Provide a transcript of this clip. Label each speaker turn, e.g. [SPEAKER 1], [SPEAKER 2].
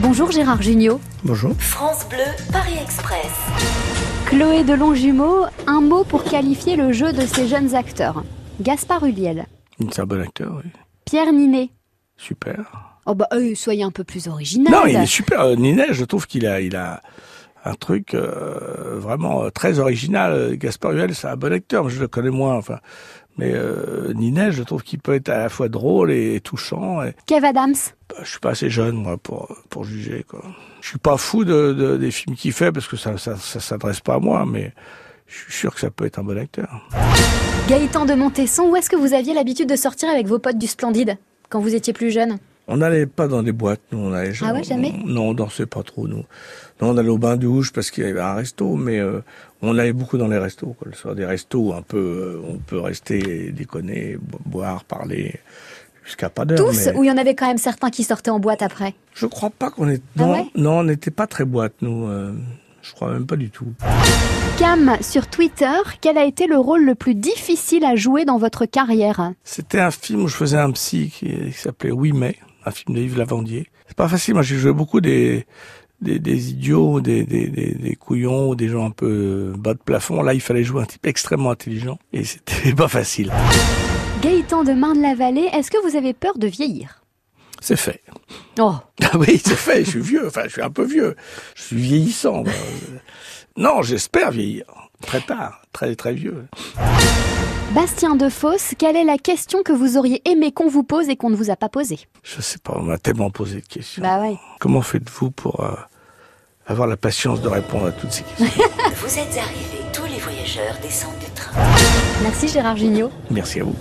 [SPEAKER 1] Bonjour Gérard Jugnot.
[SPEAKER 2] Bonjour.
[SPEAKER 3] France Bleu, Paris Express.
[SPEAKER 1] Chloé Delon-Jumeau, un mot pour qualifier le jeu de ces jeunes acteurs. Gaspard Huliel,
[SPEAKER 2] C'est un bon acteur, oui.
[SPEAKER 1] Pierre Ninet.
[SPEAKER 2] Super.
[SPEAKER 1] Oh bah euh, soyez un peu plus original.
[SPEAKER 2] Non, il est super. Euh, Ninet, je trouve qu'il a, il a un truc euh, vraiment euh, très original. Euh, Gaspard Huel, c'est un bon acteur, mais je le connais moins. Enfin, mais euh, Ninet, je trouve qu'il peut être à la fois drôle et, touchant. Et,
[SPEAKER 1] Kev Adams,
[SPEAKER 2] bah, je suis pas assez jeune moi pour pour juger. Quoi. Je suis pas fou de, de- des films qu'il fait parce que ça ça, ça s'adresse pas à moi, mais je suis sûr que ça peut être un bon acteur.
[SPEAKER 1] Gaëtan de Montesson, où est-ce que vous aviez l'habitude de sortir avec vos potes du Splendide quand vous étiez plus jeune
[SPEAKER 2] On n'allait pas dans des boîtes, nous. On allait
[SPEAKER 1] Ah ouais, jamais
[SPEAKER 2] on- Non, on dansait pas trop, nous. Non, on allait au bain douche parce qu'il y avait un resto, mais euh, on allait beaucoup dans les restos, quoi, le soir. Des restos un peu, euh, on peut rester, déconner, bo- boire, parler, jusqu'à pas d'heure.
[SPEAKER 1] Tous,
[SPEAKER 2] Euh, mais
[SPEAKER 1] ou il y en avait quand même certains qui sortaient en boîte après
[SPEAKER 2] Je crois pas qu'on est.
[SPEAKER 1] Ah
[SPEAKER 2] Non,
[SPEAKER 1] ouais
[SPEAKER 2] non, on n'était pas très boîte, nous. euh, je crois même pas du tout.
[SPEAKER 1] Cam, sur Twitter, quel a été le rôle le plus difficile à jouer dans votre carrière
[SPEAKER 2] C'était un film où je faisais un psy qui, qui s'appelait Oui mai, un film de Yves Lavandier. C'est pas facile, moi j'ai joué beaucoup des des, des idiots, des, des, des, des couillons, des gens un peu bas de plafond. Là, il fallait jouer un type extrêmement intelligent et c'était pas facile.
[SPEAKER 1] Gaëtan de Marne-la-Vallée, est-ce que vous avez peur de vieillir
[SPEAKER 2] C'est fait.
[SPEAKER 1] Oh,
[SPEAKER 2] Ah oui, c'est fait, je suis vieux, enfin je suis un peu vieux. Je suis vieillissant. moi. Euh, Non, j'espère vieillir. Très tard, très très vieux.
[SPEAKER 1] Bastien Defosse, quelle est la question que vous auriez aimé qu'on vous pose et qu'on ne vous a pas posée
[SPEAKER 2] Je sais pas, on m'a tellement posé de questions.
[SPEAKER 1] Bah ouais.
[SPEAKER 2] Comment faites-vous pour euh, avoir la patience de répondre à toutes ces questions
[SPEAKER 3] Vous êtes arrivés, tous les voyageurs descendent du train.
[SPEAKER 1] Merci Gérard Jugnot.
[SPEAKER 2] Merci à vous.